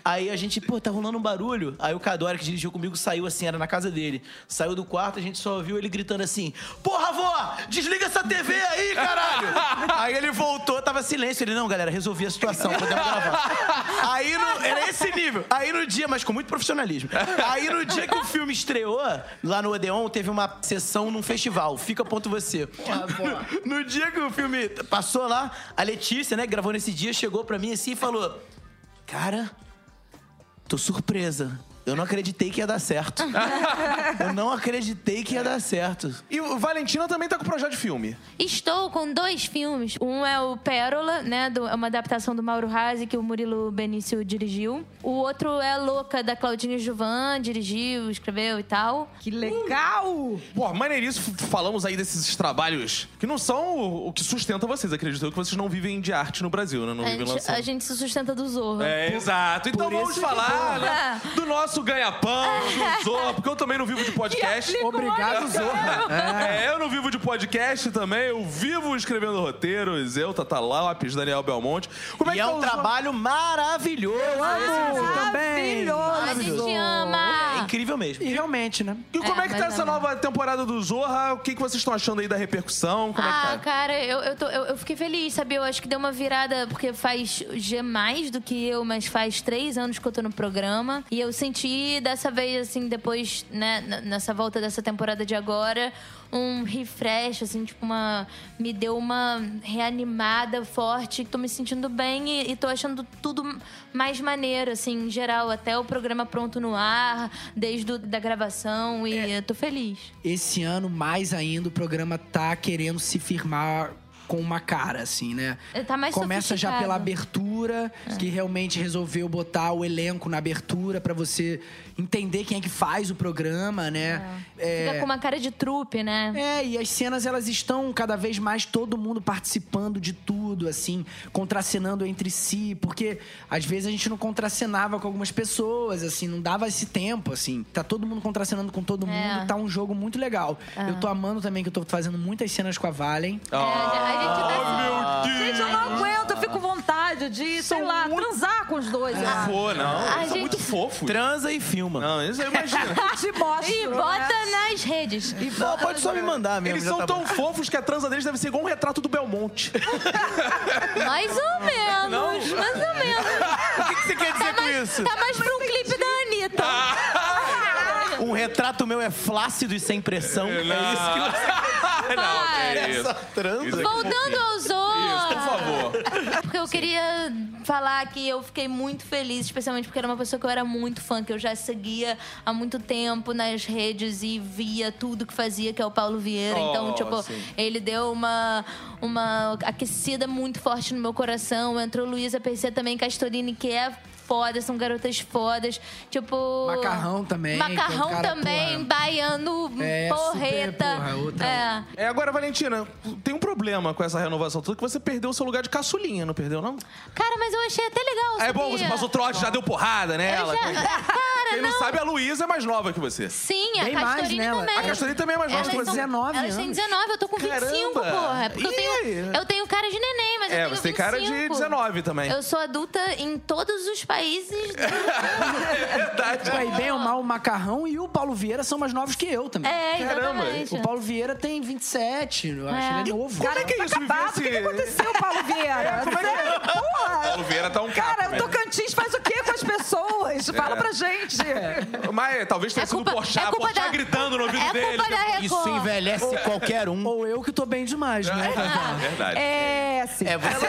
Speaker 4: Aí a gente, pô, tá rolando um barulho. Aí o Cadora, que dirigiu comigo, saiu assim, era na casa dele. Saiu do quarto, a gente só ouviu ele gritando assim: Porra, vó, desliga essa TV aí, caralho! aí ele voltou, tava silêncio. Ele, não, galera, resolvi a situação, podemos gravar. Aí no, era esse nível. Aí no dia, mas com muito profissionalismo. Aí no dia que o filme estreou, lá no Odeon, teve uma sessão num festival. Fica ponto você. No dia que o filme passou lá, a Letícia, né, que gravou nesse dia, chegou pra mim assim e falou: Cara, tô surpresa. Eu não acreditei que ia dar certo. Eu não acreditei que ia dar certo.
Speaker 1: E o Valentina também tá com projeto de filme.
Speaker 5: Estou com dois filmes. Um é o Pérola, né? do- é uma adaptação do Mauro Razzi, que o Murilo Benício dirigiu. O outro é Louca, da Claudinha Juvan, dirigiu, escreveu e tal.
Speaker 2: Que legal!
Speaker 1: Pô, maneiríssimo, f- falamos aí desses trabalhos que não são o, o que sustenta vocês, acredito eu, que vocês não vivem de arte no Brasil, né? Não
Speaker 5: A
Speaker 1: vivem
Speaker 5: gente,
Speaker 1: lançando.
Speaker 5: a gente se sustenta do Zorro.
Speaker 1: É, exato. Então
Speaker 3: isso
Speaker 1: vamos
Speaker 3: que
Speaker 1: falar
Speaker 3: bom.
Speaker 1: né, do nosso ganha-pão, do Zorro, porque eu também não vivo de podcast.
Speaker 3: Obrigado, Zorra.
Speaker 1: É, eu não vivo de podcast também, eu vivo escrevendo roteiros, eu, Tata Lopes, Daniel Belmonte. Como é
Speaker 4: E
Speaker 1: que
Speaker 4: é
Speaker 1: tá
Speaker 4: um
Speaker 1: o Zorro?
Speaker 4: trabalho maravilhoso.
Speaker 5: A
Speaker 2: Maravilhoso!
Speaker 5: gente ama!
Speaker 4: É incrível mesmo.
Speaker 3: E realmente, né?
Speaker 1: E como é,
Speaker 5: É,
Speaker 1: que
Speaker 5: mas
Speaker 1: tá essa
Speaker 5: não.
Speaker 1: nova temporada do Zorra? O que, que vocês estão achando aí da repercussão? Como
Speaker 5: ah,
Speaker 1: é que tá?
Speaker 5: cara, eu, eu, tô- eu, eu fiquei feliz, sabe? Eu acho que deu uma virada, porque faz G mais do que eu, mas faz três anos que eu tô no programa. E eu senti dessa vez, assim, depois, né, n- nessa volta dessa temporada de agora, um refresh, assim, tipo, uma. Me deu uma reanimada forte. Tô me sentindo bem e, e tô achando tudo mais maneiro, assim, em geral. Até o programa pronto no ar, desde o, da gravação, e
Speaker 1: É.
Speaker 5: eu tô feliz.
Speaker 3: Esse ano, mais ainda, o programa tá querendo se firmar com uma cara, assim, né?
Speaker 5: Ele tá mais
Speaker 3: Começa já
Speaker 5: sofisticado. É.
Speaker 3: pela abertura, que realmente resolveu botar o elenco na abertura pra você entender quem é que faz o programa, né? É.
Speaker 5: Fica com uma cara de trupe, né?
Speaker 3: É, e as cenas elas estão cada vez mais todo mundo participando de tudo, assim, contracenando entre si, porque às vezes a gente não contracenava com algumas pessoas, assim, não dava esse tempo, assim. Tá todo mundo contracenando com todo mundo,
Speaker 5: É.
Speaker 3: tá um jogo muito legal. Eu tô amando também que eu tô fazendo muitas cenas com a Valen.
Speaker 5: É, a gente tá assim,
Speaker 2: Gente, eu não aguento, eu fico com vontade de, sei lá, transar com os dois. eu acho.
Speaker 1: Pô, não, eles
Speaker 5: Ai,
Speaker 1: são
Speaker 5: assim, gente.
Speaker 1: muito fofos.
Speaker 4: Transa e filma.
Speaker 1: Não, isso eu imagino.
Speaker 2: Te mostro.
Speaker 5: E
Speaker 2: né?
Speaker 5: bota nas redes.
Speaker 4: Não, pode só me mandar mesmo.
Speaker 1: Eles
Speaker 4: já
Speaker 1: são
Speaker 4: tá
Speaker 1: tão
Speaker 4: bom.
Speaker 1: fofos que a transa deles deve ser igual um retrato do Belmonte.
Speaker 5: Mais ou menos,
Speaker 1: Não.
Speaker 5: mais ou menos.
Speaker 4: O que, que você quer dizer com isso?
Speaker 2: É.
Speaker 5: Tá mais pra um clipe da Anitta.
Speaker 4: Um retrato meu é flácido e sem pressão. É isso que você
Speaker 1: não, é isso.
Speaker 4: essa transa.
Speaker 5: Voltando ao
Speaker 1: Isso, por
Speaker 5: Zorro.
Speaker 1: favor.
Speaker 5: Porque eu queria falar que eu fiquei muito feliz, especialmente porque era uma pessoa que eu era muito fã, que eu já seguia há muito tempo nas redes e via tudo que fazia, que é o Paulo Vieira.
Speaker 1: Oh,
Speaker 5: então, tipo,
Speaker 1: sim.
Speaker 5: ele deu uma, uma aquecida muito forte no meu coração. Entrou Luísa PC também, Castorini, que é foda, são garotas fodas. Tipo.
Speaker 3: Macarrão também, que é um
Speaker 5: Macarrão
Speaker 3: cara,
Speaker 5: também,
Speaker 3: porra.
Speaker 5: baiano,
Speaker 3: É, super,
Speaker 5: porreta.
Speaker 3: porra, outra-
Speaker 5: É.
Speaker 1: É, agora, Valentina, tem um problema com essa renovação toda que você perdeu o seu lugar de caçulinha, não perdeu, não?
Speaker 5: Cara, mas eu achei até legal.
Speaker 1: É bom,
Speaker 5: sabia?
Speaker 1: você passou trote, já deu porrada nela.
Speaker 5: Eu já- Cara,
Speaker 1: Quem não sabe, a Luísa é mais nova que você.
Speaker 5: Sim, a
Speaker 3: Bem mais
Speaker 5: Castorini
Speaker 3: nela.
Speaker 5: também.
Speaker 1: A Castanha também é mais nova
Speaker 5: Elas
Speaker 1: que
Speaker 5: são-
Speaker 1: você.
Speaker 3: 19
Speaker 5: Elas têm
Speaker 3: anos.
Speaker 5: 19, eu tô com 25,
Speaker 1: Caramba.
Speaker 5: porra. É Porque eu
Speaker 1: E
Speaker 5: tenho,
Speaker 1: aí?
Speaker 5: eu tenho cara de neném, mas eu
Speaker 1: É,
Speaker 5: tenho
Speaker 1: você tem cara de
Speaker 5: 25.
Speaker 1: 19 também.
Speaker 5: Eu sou adulta em todos os países.
Speaker 1: É verdade.
Speaker 3: Pô, e bem ou mal, o Macarrão e o Paulo Vieira são mais novos que eu também.
Speaker 5: É,
Speaker 1: Caramba.
Speaker 5: exatamente.
Speaker 3: O Paulo Vieira tem 27, eu acho
Speaker 5: É.
Speaker 3: ele é novo.
Speaker 1: Como é que é isso? viver
Speaker 2: tá Acabado, o que, que
Speaker 1: esse-
Speaker 2: aconteceu, Paulo Vieira? Sério? Porra!
Speaker 1: Paulo Vieira tá um
Speaker 2: Cara,
Speaker 1: capo,
Speaker 2: o Tocantins faz o quê com as pessoas? Fala pra gente.
Speaker 1: Mas talvez tenha
Speaker 5: É
Speaker 1: sido o
Speaker 5: culpa-
Speaker 1: Porchat,
Speaker 5: é culpa
Speaker 1: Porchat
Speaker 5: da-
Speaker 1: gritando no ouvido
Speaker 5: É
Speaker 1: dele. né?
Speaker 5: culpa da Record.
Speaker 4: Isso envelhece qualquer um.
Speaker 3: Ou eu que tô bem demais, né?
Speaker 1: É verdade.
Speaker 2: É, sim.
Speaker 4: É, você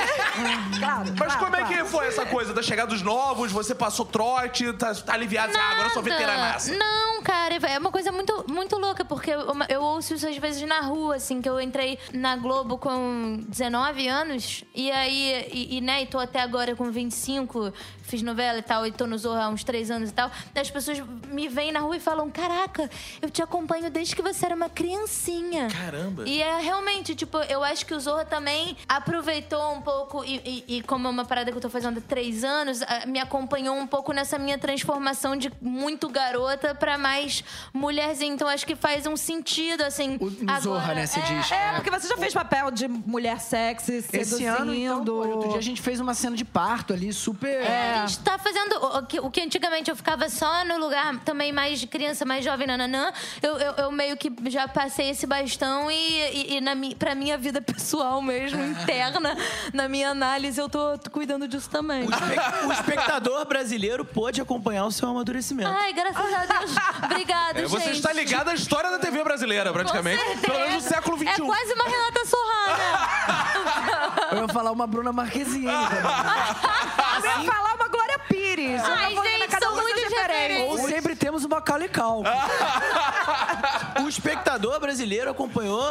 Speaker 2: Claro,
Speaker 1: Mas
Speaker 2: claro,
Speaker 1: como é que
Speaker 2: claro.
Speaker 1: foi essa coisa da chegada dos novos? Você passou trote, tá, tá aliviado, assim, ah, agora eu sou
Speaker 5: Nada.
Speaker 1: veteranaça.
Speaker 5: Não, cara, é uma coisa muito, muito louca, porque eu, eu ouço isso às vezes na rua, assim, que eu entrei na Globo com 19 anos, e aí, e, e, né, e tô até agora com 25, fiz novela e tal, e tô no Zorra há uns 3 anos e tal. Daí As pessoas me veem na rua e falam: Caraca, eu te acompanho desde que você era uma criancinha.
Speaker 1: Caramba.
Speaker 5: E é realmente, tipo, eu acho que o Zorra também aproveitou um pouco, e, e- e como é uma parada que eu tô fazendo há três anos, a- me acompanhou um pouco nessa minha transformação de muito garota pra mais mulherzinha. Então acho que faz um sentido, assim.
Speaker 3: O- no Zorra, né, você
Speaker 5: é,
Speaker 3: diz.
Speaker 2: É, porque você já fez papel de mulher sexy, seduzindo.
Speaker 3: Esse ano, então, pô, outro dia a gente fez uma cena de parto ali, super...
Speaker 5: A gente tá fazendo o- o que, o que antigamente eu ficava só no lugar também mais de criança, mais jovem, nananã. Eu, eu, eu meio que já passei esse bastão e, e, e na, mi- pra minha vida pessoal mesmo, interna, na minha análise, eu tô cuidando disso também.
Speaker 4: O, espe- o espectador brasileiro pôde acompanhar o seu amadurecimento.
Speaker 5: Ai, graças a Deus. Obrigada,
Speaker 1: É,
Speaker 5: gente.
Speaker 1: você está ligado à história da TV brasileira,
Speaker 5: Com
Speaker 1: praticamente.
Speaker 5: certeza.
Speaker 1: Pelo menos do século um. XXI.
Speaker 5: É quase uma Renata Sorrana.
Speaker 3: Eu ia falar uma Bruna Marquezine. também.
Speaker 2: Eu ia falar uma Glória Pires. Eu
Speaker 5: Ai,
Speaker 2: vou olhar
Speaker 5: gente,
Speaker 2: cada
Speaker 5: são
Speaker 2: uma
Speaker 5: muito
Speaker 2: diferente.
Speaker 5: diferentes.
Speaker 3: Ou sempre temos uma Calical.
Speaker 4: O espectador brasileiro acompanhou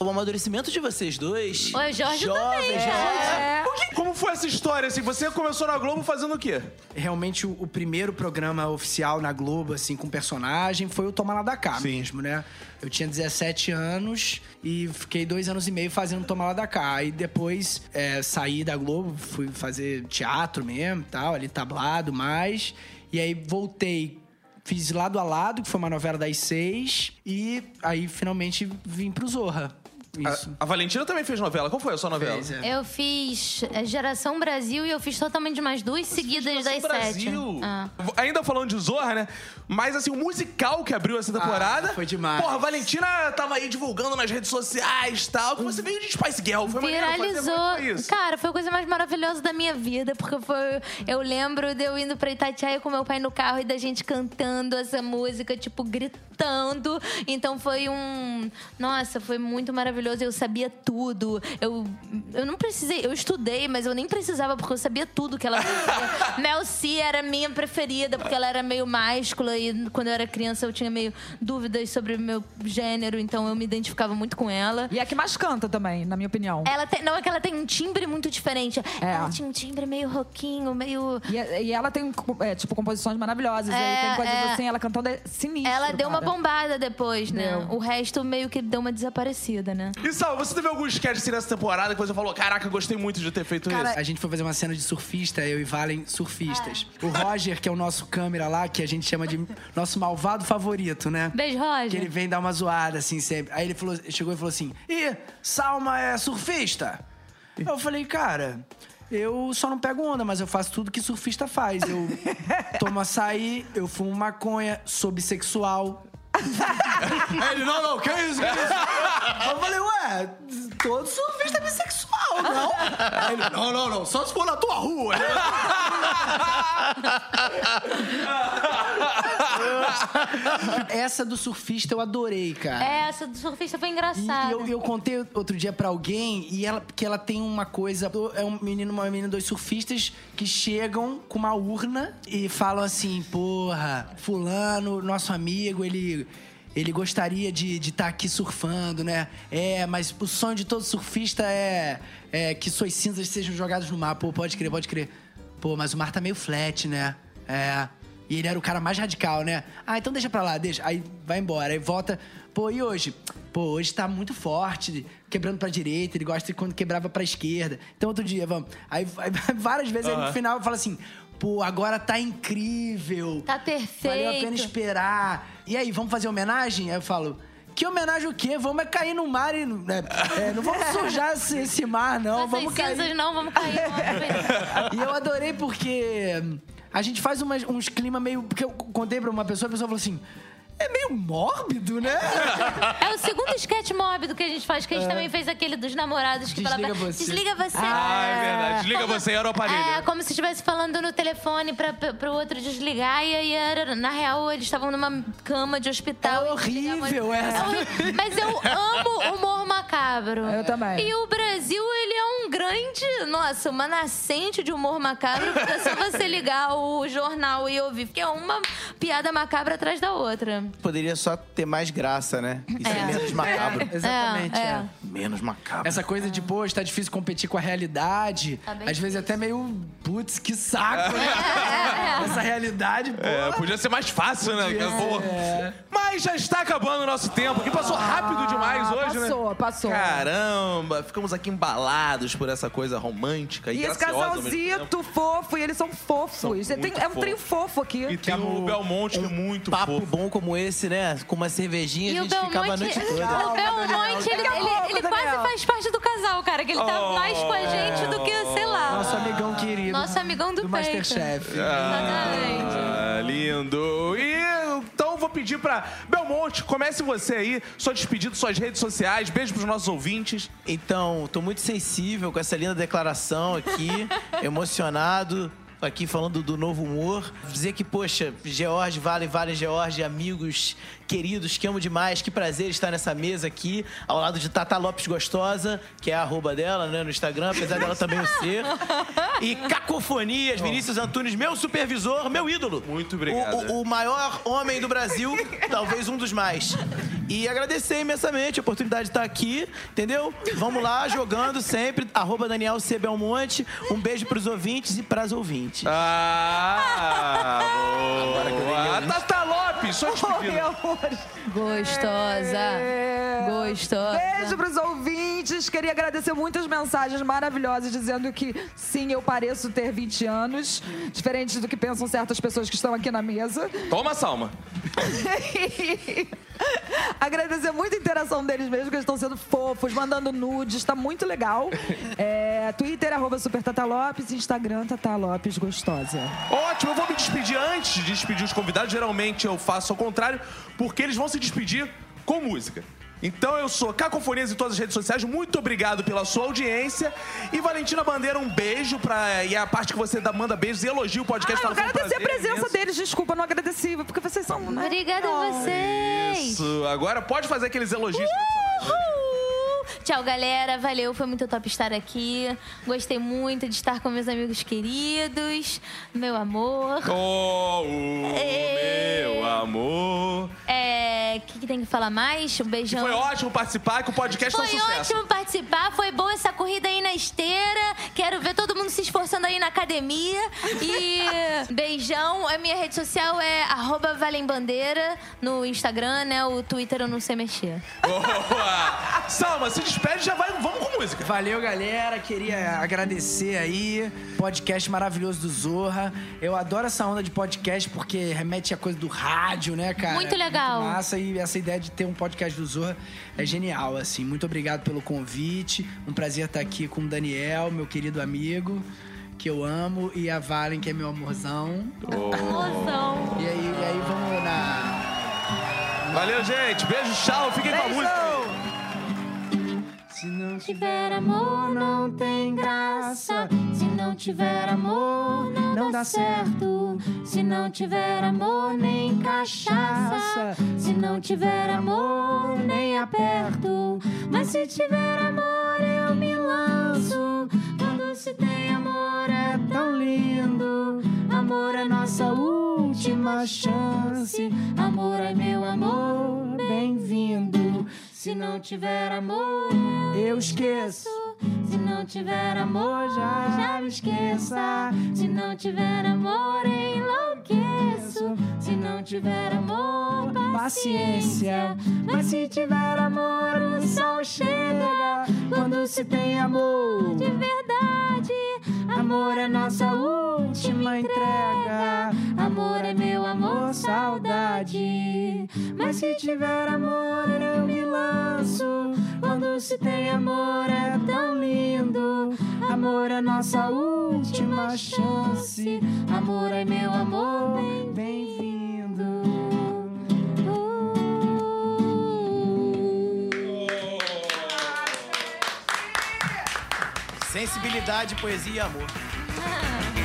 Speaker 4: o amadurecimento de vocês dois.
Speaker 5: Ué, o Jorge também,
Speaker 4: jovens,
Speaker 5: cara.
Speaker 1: O que- Como foi essa história, assim? Você começou na Globo fazendo o quê?
Speaker 3: Realmente, o, o primeiro programa oficial na Globo, assim, com personagem, foi o Toma Lá da Cá
Speaker 1: Sim.
Speaker 3: mesmo, né? Eu tinha 17 anos e fiquei dois anos e meio fazendo Toma Lá da Cá. E depois é, saí da Globo, fui fazer teatro mesmo, tal, ali tablado mais. E aí voltei, fiz Lado a Lado, que foi uma novela das seis. E aí, finalmente, vim pro Zorra. Isso.
Speaker 1: A, a Valentina também fez novela. Qual foi a sua novela?
Speaker 3: Fez, é.
Speaker 5: Eu fiz é, Geração Brasil e eu fiz totalmente mais duas seguidas das sete.
Speaker 1: Brasil.
Speaker 5: Ah.
Speaker 1: Ainda falando de Zorra, né? Mas assim, o musical que abriu essa temporada.
Speaker 3: Ah, foi demais.
Speaker 1: Porra, a Valentina tava aí divulgando nas redes sociais e tal. que Você veio de Spice Girl. Foi maneiro fazer muito
Speaker 5: Viralizou.
Speaker 1: isso.
Speaker 5: Cara, foi a coisa mais maravilhosa da minha vida, porque foi. Eu lembro de eu indo pra Itatiaia com meu pai no carro e da gente cantando essa música, tipo, gritando. Então foi um. Nossa, foi muito maravilhoso. Eu sabia tudo. Eu, eu não precisei. Eu estudei, mas eu nem precisava, porque eu sabia tudo que ela fazia. Mel C era minha preferida, porque ela era meio máscula e quando eu era criança eu tinha meio dúvidas sobre o meu gênero, então eu me identificava muito com ela.
Speaker 2: E é que mais canta também, na minha opinião.
Speaker 5: Ela tem, não é que ela tem um timbre muito diferente.
Speaker 2: É.
Speaker 5: Ela tinha um timbre meio roquinho, meio.
Speaker 2: E, e ela tem, é, tipo, composições maravilhosas. e aí
Speaker 5: É,
Speaker 2: tem coisas
Speaker 5: é.
Speaker 2: assim, ela cantando é sinistro.
Speaker 5: Ela deu uma
Speaker 2: cara.
Speaker 5: bombada depois, né?
Speaker 2: Deu.
Speaker 5: O resto meio que deu uma desaparecida, né?
Speaker 1: E Sal, você teve algum sketch assim nessa temporada que você falou: Caraca, gostei muito de ter feito
Speaker 3: Cara,
Speaker 1: isso?
Speaker 3: a gente foi fazer uma cena de surfista, eu e Valen surfistas. O Roger, que é o nosso câmera lá, que a gente chama de nosso malvado favorito, né?
Speaker 5: Beijo,
Speaker 3: Que ele
Speaker 5: Roger.
Speaker 3: vem dar uma zoada, assim, sempre. Aí ele falou- chegou e falou assim: Ih, Salma é surfista? Eu falei, cara. Eu só não pego onda, mas eu faço tudo que surfista faz. Eu tomo açaí, eu fumo maconha, sou bissexual. Aí ele, não, não, que isso, que isso? Eu falei, ué, todo surfista é bissexual, não? Aí ele, não, não, não, só se for na tua rua. Essa do surfista eu adorei, cara.
Speaker 5: É, essa do surfista foi
Speaker 3: E
Speaker 5: engraçada.
Speaker 3: eu, eu contei outro dia pra alguém e ela que ela tem uma coisa, é um menino, uma menina, dois surfistas que chegam com uma urna e falam assim: "Porra, fulano, nosso amigo, ele ele gostaria de estar aqui surfando, né? É, mas o sonho de todo surfista é, é que suas cinzas sejam jogadas no mar. Pô, pode crer, pode crer. Pô, mas o mar tá meio flat, né? É. E ele era o cara mais radical, né? Ah, então deixa pra lá, deixa. Aí vai embora, aí volta. Pô, e hoje? Pô, hoje tá muito forte, quebrando pra direita, ele gosta de quando quebrava pra esquerda. Então outro dia, vamos. Aí, aí várias vezes aí no final fala assim: pô, agora tá incrível.
Speaker 5: Tá perfeito.
Speaker 3: Valeu a pena esperar. E aí, vamos fazer homenagem? Aí eu falo. Que homenagem o quê? Vamos é cair no mar e. né, é, não vamos sujar esse, esse mar, não.
Speaker 5: Nossas
Speaker 3: vamos cair.
Speaker 5: cinzas Tá não, vamos cair. vamos-
Speaker 3: E eu adorei porque a gente faz umas- uns clima meio. Porque eu contei pra uma pessoa, a pessoa falou assim. É meio mórbido, né?
Speaker 5: É o segundo sketch mórbido que a gente faz, que a gente também fez aquele dos namorados que
Speaker 3: É. Desliga
Speaker 5: falava.
Speaker 3: você.
Speaker 5: Desliga você.
Speaker 1: Ah, é verdade. Desliga você e era o aparelho.
Speaker 5: É, como se estivesse falando no telefone pra, pra, pro outro desligar e aí era. Na real, eles estavam numa cama de hospital.
Speaker 3: É
Speaker 5: e desligavam-
Speaker 3: horrível essa.
Speaker 5: horrível. Mas eu amo humor macabro.
Speaker 2: Eu também.
Speaker 5: E o Brasil, ele é um grande. Nossa, uma nascente de humor macabro, porque é só você ligar o jornal e ouvir, porque é uma piada macabra atrás da outra.
Speaker 4: Poderia só ter mais graça, né? E ser
Speaker 5: É.
Speaker 4: menos macabro.
Speaker 5: Exatamente, é.
Speaker 4: menos macabro.
Speaker 3: Essa coisa de, pô, está difícil competir com a realidade.
Speaker 5: Tá bem
Speaker 3: às vezes até meio, putz, que saco,
Speaker 5: É,
Speaker 3: né? Essa realidade, pô.
Speaker 1: É, podia ser mais fácil, né? Pô. Mas já está acabando o nosso tempo, que passou rápido demais
Speaker 2: Ah,
Speaker 1: hoje, né?
Speaker 2: passou, passou.
Speaker 1: Caramba, ficamos aqui embalados por essa coisa romântica e,
Speaker 2: E esse
Speaker 1: graciosa ao mesmo tempo.
Speaker 2: casalzito fofo, e eles são fofos.
Speaker 1: São
Speaker 2: É, tem-
Speaker 1: muito
Speaker 2: é um trio
Speaker 1: fofos.
Speaker 2: fofo aqui.
Speaker 1: E tem o Belmonte, que é muito
Speaker 4: Papo
Speaker 1: fofo.
Speaker 4: bom como esse, né? Com uma cervejinha,
Speaker 5: E
Speaker 4: a
Speaker 5: o
Speaker 4: gente ficava a
Speaker 5: Belmonte,
Speaker 4: noite toda.
Speaker 5: o Belmonte, ele,
Speaker 2: Daqui a
Speaker 5: ele-
Speaker 2: pouco,
Speaker 5: ele
Speaker 2: Daniel.
Speaker 5: quase faz parte do casal, cara. Que ele tá
Speaker 1: Oh.
Speaker 5: mais com a gente do que, sei lá.
Speaker 4: é.
Speaker 3: Nosso amigão querido.
Speaker 5: Nosso amigão do,
Speaker 3: do
Speaker 5: peito.
Speaker 3: Masterchef.
Speaker 5: Exatamente.
Speaker 1: Ah, lindo. E então vou pedir pra Belmonte, comece você aí, sua despedida, suas redes sociais, beijo pros nossos ouvintes.
Speaker 4: Então, tô muito sensível com essa linda declaração aqui, emocionado. Tô aqui falando do novo humor. Dizer que, poxa, George, Vale, Vale, George, amigos queridos, que amo demais. Que prazer estar nessa mesa aqui, ao lado de Tata Lopes Gostosa, que é a arroba dela, né, no Instagram, apesar dela também o ser. E Cacofonias, Vinícius Antunes, meu supervisor, meu ídolo.
Speaker 1: Muito obrigado.
Speaker 4: O- o- o maior homem do Brasil, talvez um dos mais. E agradecer imensamente a oportunidade de estar aqui, entendeu? Vamos lá, jogando sempre. Arroba Daniel C. Belmonte. Um beijo pros ouvintes e pras ouvintes.
Speaker 1: Ah, boa. Tata Lopes, sua
Speaker 2: Meu
Speaker 1: despedida.
Speaker 2: amor.
Speaker 5: Gostosa.
Speaker 2: É.
Speaker 5: Gostosa.
Speaker 2: Beijo pros ouvintes. Queria agradecer muitas mensagens maravilhosas dizendo que sim, eu pareço ter 20 anos, diferente do que pensam certas pessoas que estão aqui na mesa.
Speaker 1: Toma, Salma.
Speaker 2: Agradecer muito a interação deles mesmo, que eles estão sendo fofos, mandando nudes, tá muito legal. É, Twitter, arroba Super Tata Lopes, Instagram, Tata Lopes Gostosa.
Speaker 1: Ótimo, eu vou me despedir antes de despedir os convidados. Geralmente eu faço ao contrário, porque eles vão se despedir com música. Então eu sou Cacofonias em todas as redes sociais. Muito obrigado pela sua audiência. E Valentina Bandeira, um beijo pra. E a parte que você dá- manda beijos e elogia o podcast.
Speaker 2: Ah,
Speaker 1: fala,
Speaker 2: eu
Speaker 1: foi um
Speaker 2: agradecer a
Speaker 1: prazer
Speaker 2: presença
Speaker 1: imenso.
Speaker 2: deles, desculpa, não agradeci, porque vocês são. né?
Speaker 5: Obrigada a vocês.
Speaker 1: Isso, agora pode fazer aqueles elogios.
Speaker 5: Uhul! Tchau, galera. Valeu, foi muito top estar aqui. Gostei muito de estar com meus amigos queridos, meu amor.
Speaker 2: Uh!
Speaker 1: Oh, o
Speaker 5: Ei.
Speaker 1: meu amor.
Speaker 5: É. O que, que tem que falar mais? Um beijão.
Speaker 1: Foi ótimo participar que o podcast é um
Speaker 5: Foi
Speaker 1: sucesso.
Speaker 5: ótimo participar, foi boa essa corrida aí na esteira. Quero ver todo mundo se esforçando aí na academia. E beijão. A minha rede social é arroba valembandeira no Instagram, né? O Twitter eu não sei mexer.
Speaker 1: Boa! Salma, se despede e já vai. Vamos com música.
Speaker 3: Valeu, galera. Queria agradecer aí. Podcast maravilhoso do Zorra. Eu adoro essa onda de podcast porque remete à coisa do rádio, né, cara?
Speaker 5: Muito legal.
Speaker 3: Muito massa. E essa ideia de ter um podcast do Zorra é genial, assim. Muito obrigado pelo convite. Um prazer estar aqui com o Daniel, meu querido amigo, que eu amo. E a Valen, que é meu amorzão.
Speaker 5: Mozão.
Speaker 3: E aí, e aí vamos na...
Speaker 1: Valeu, gente. Beijo, tchau. Fiquem com a música.
Speaker 3: Se não
Speaker 5: Se tiver amor não tem graça. Se não tiver amor não,
Speaker 3: Não
Speaker 5: dá,
Speaker 3: dá
Speaker 5: certo. Se não tiver amor nem cachaça. Se não tiver amor nem aperto. Mas se tiver amor eu me lanço. Quando se tem amor é tão lindo. Amor é nossa última chance. Amor é meu amor, bem-vindo. Se não tiver amor
Speaker 3: eu esqueço.
Speaker 5: se não tiver amor, já, já me esqueça. Se não tiver amor, enlouqueço. Se não tiver amor, paciência. Mas se tiver amor, o sol chega. Quando se tem amor de verdade, amor é nossa última entrega. Amor é meu amor, saudade. Mas se tiver amor, eu me lanço. Quando se tem amor, é tão lindo. Amor é nossa última chance. Amor é meu amor, bem-vindo.
Speaker 4: Sensibilidade, poesia e amor.
Speaker 5: Uh.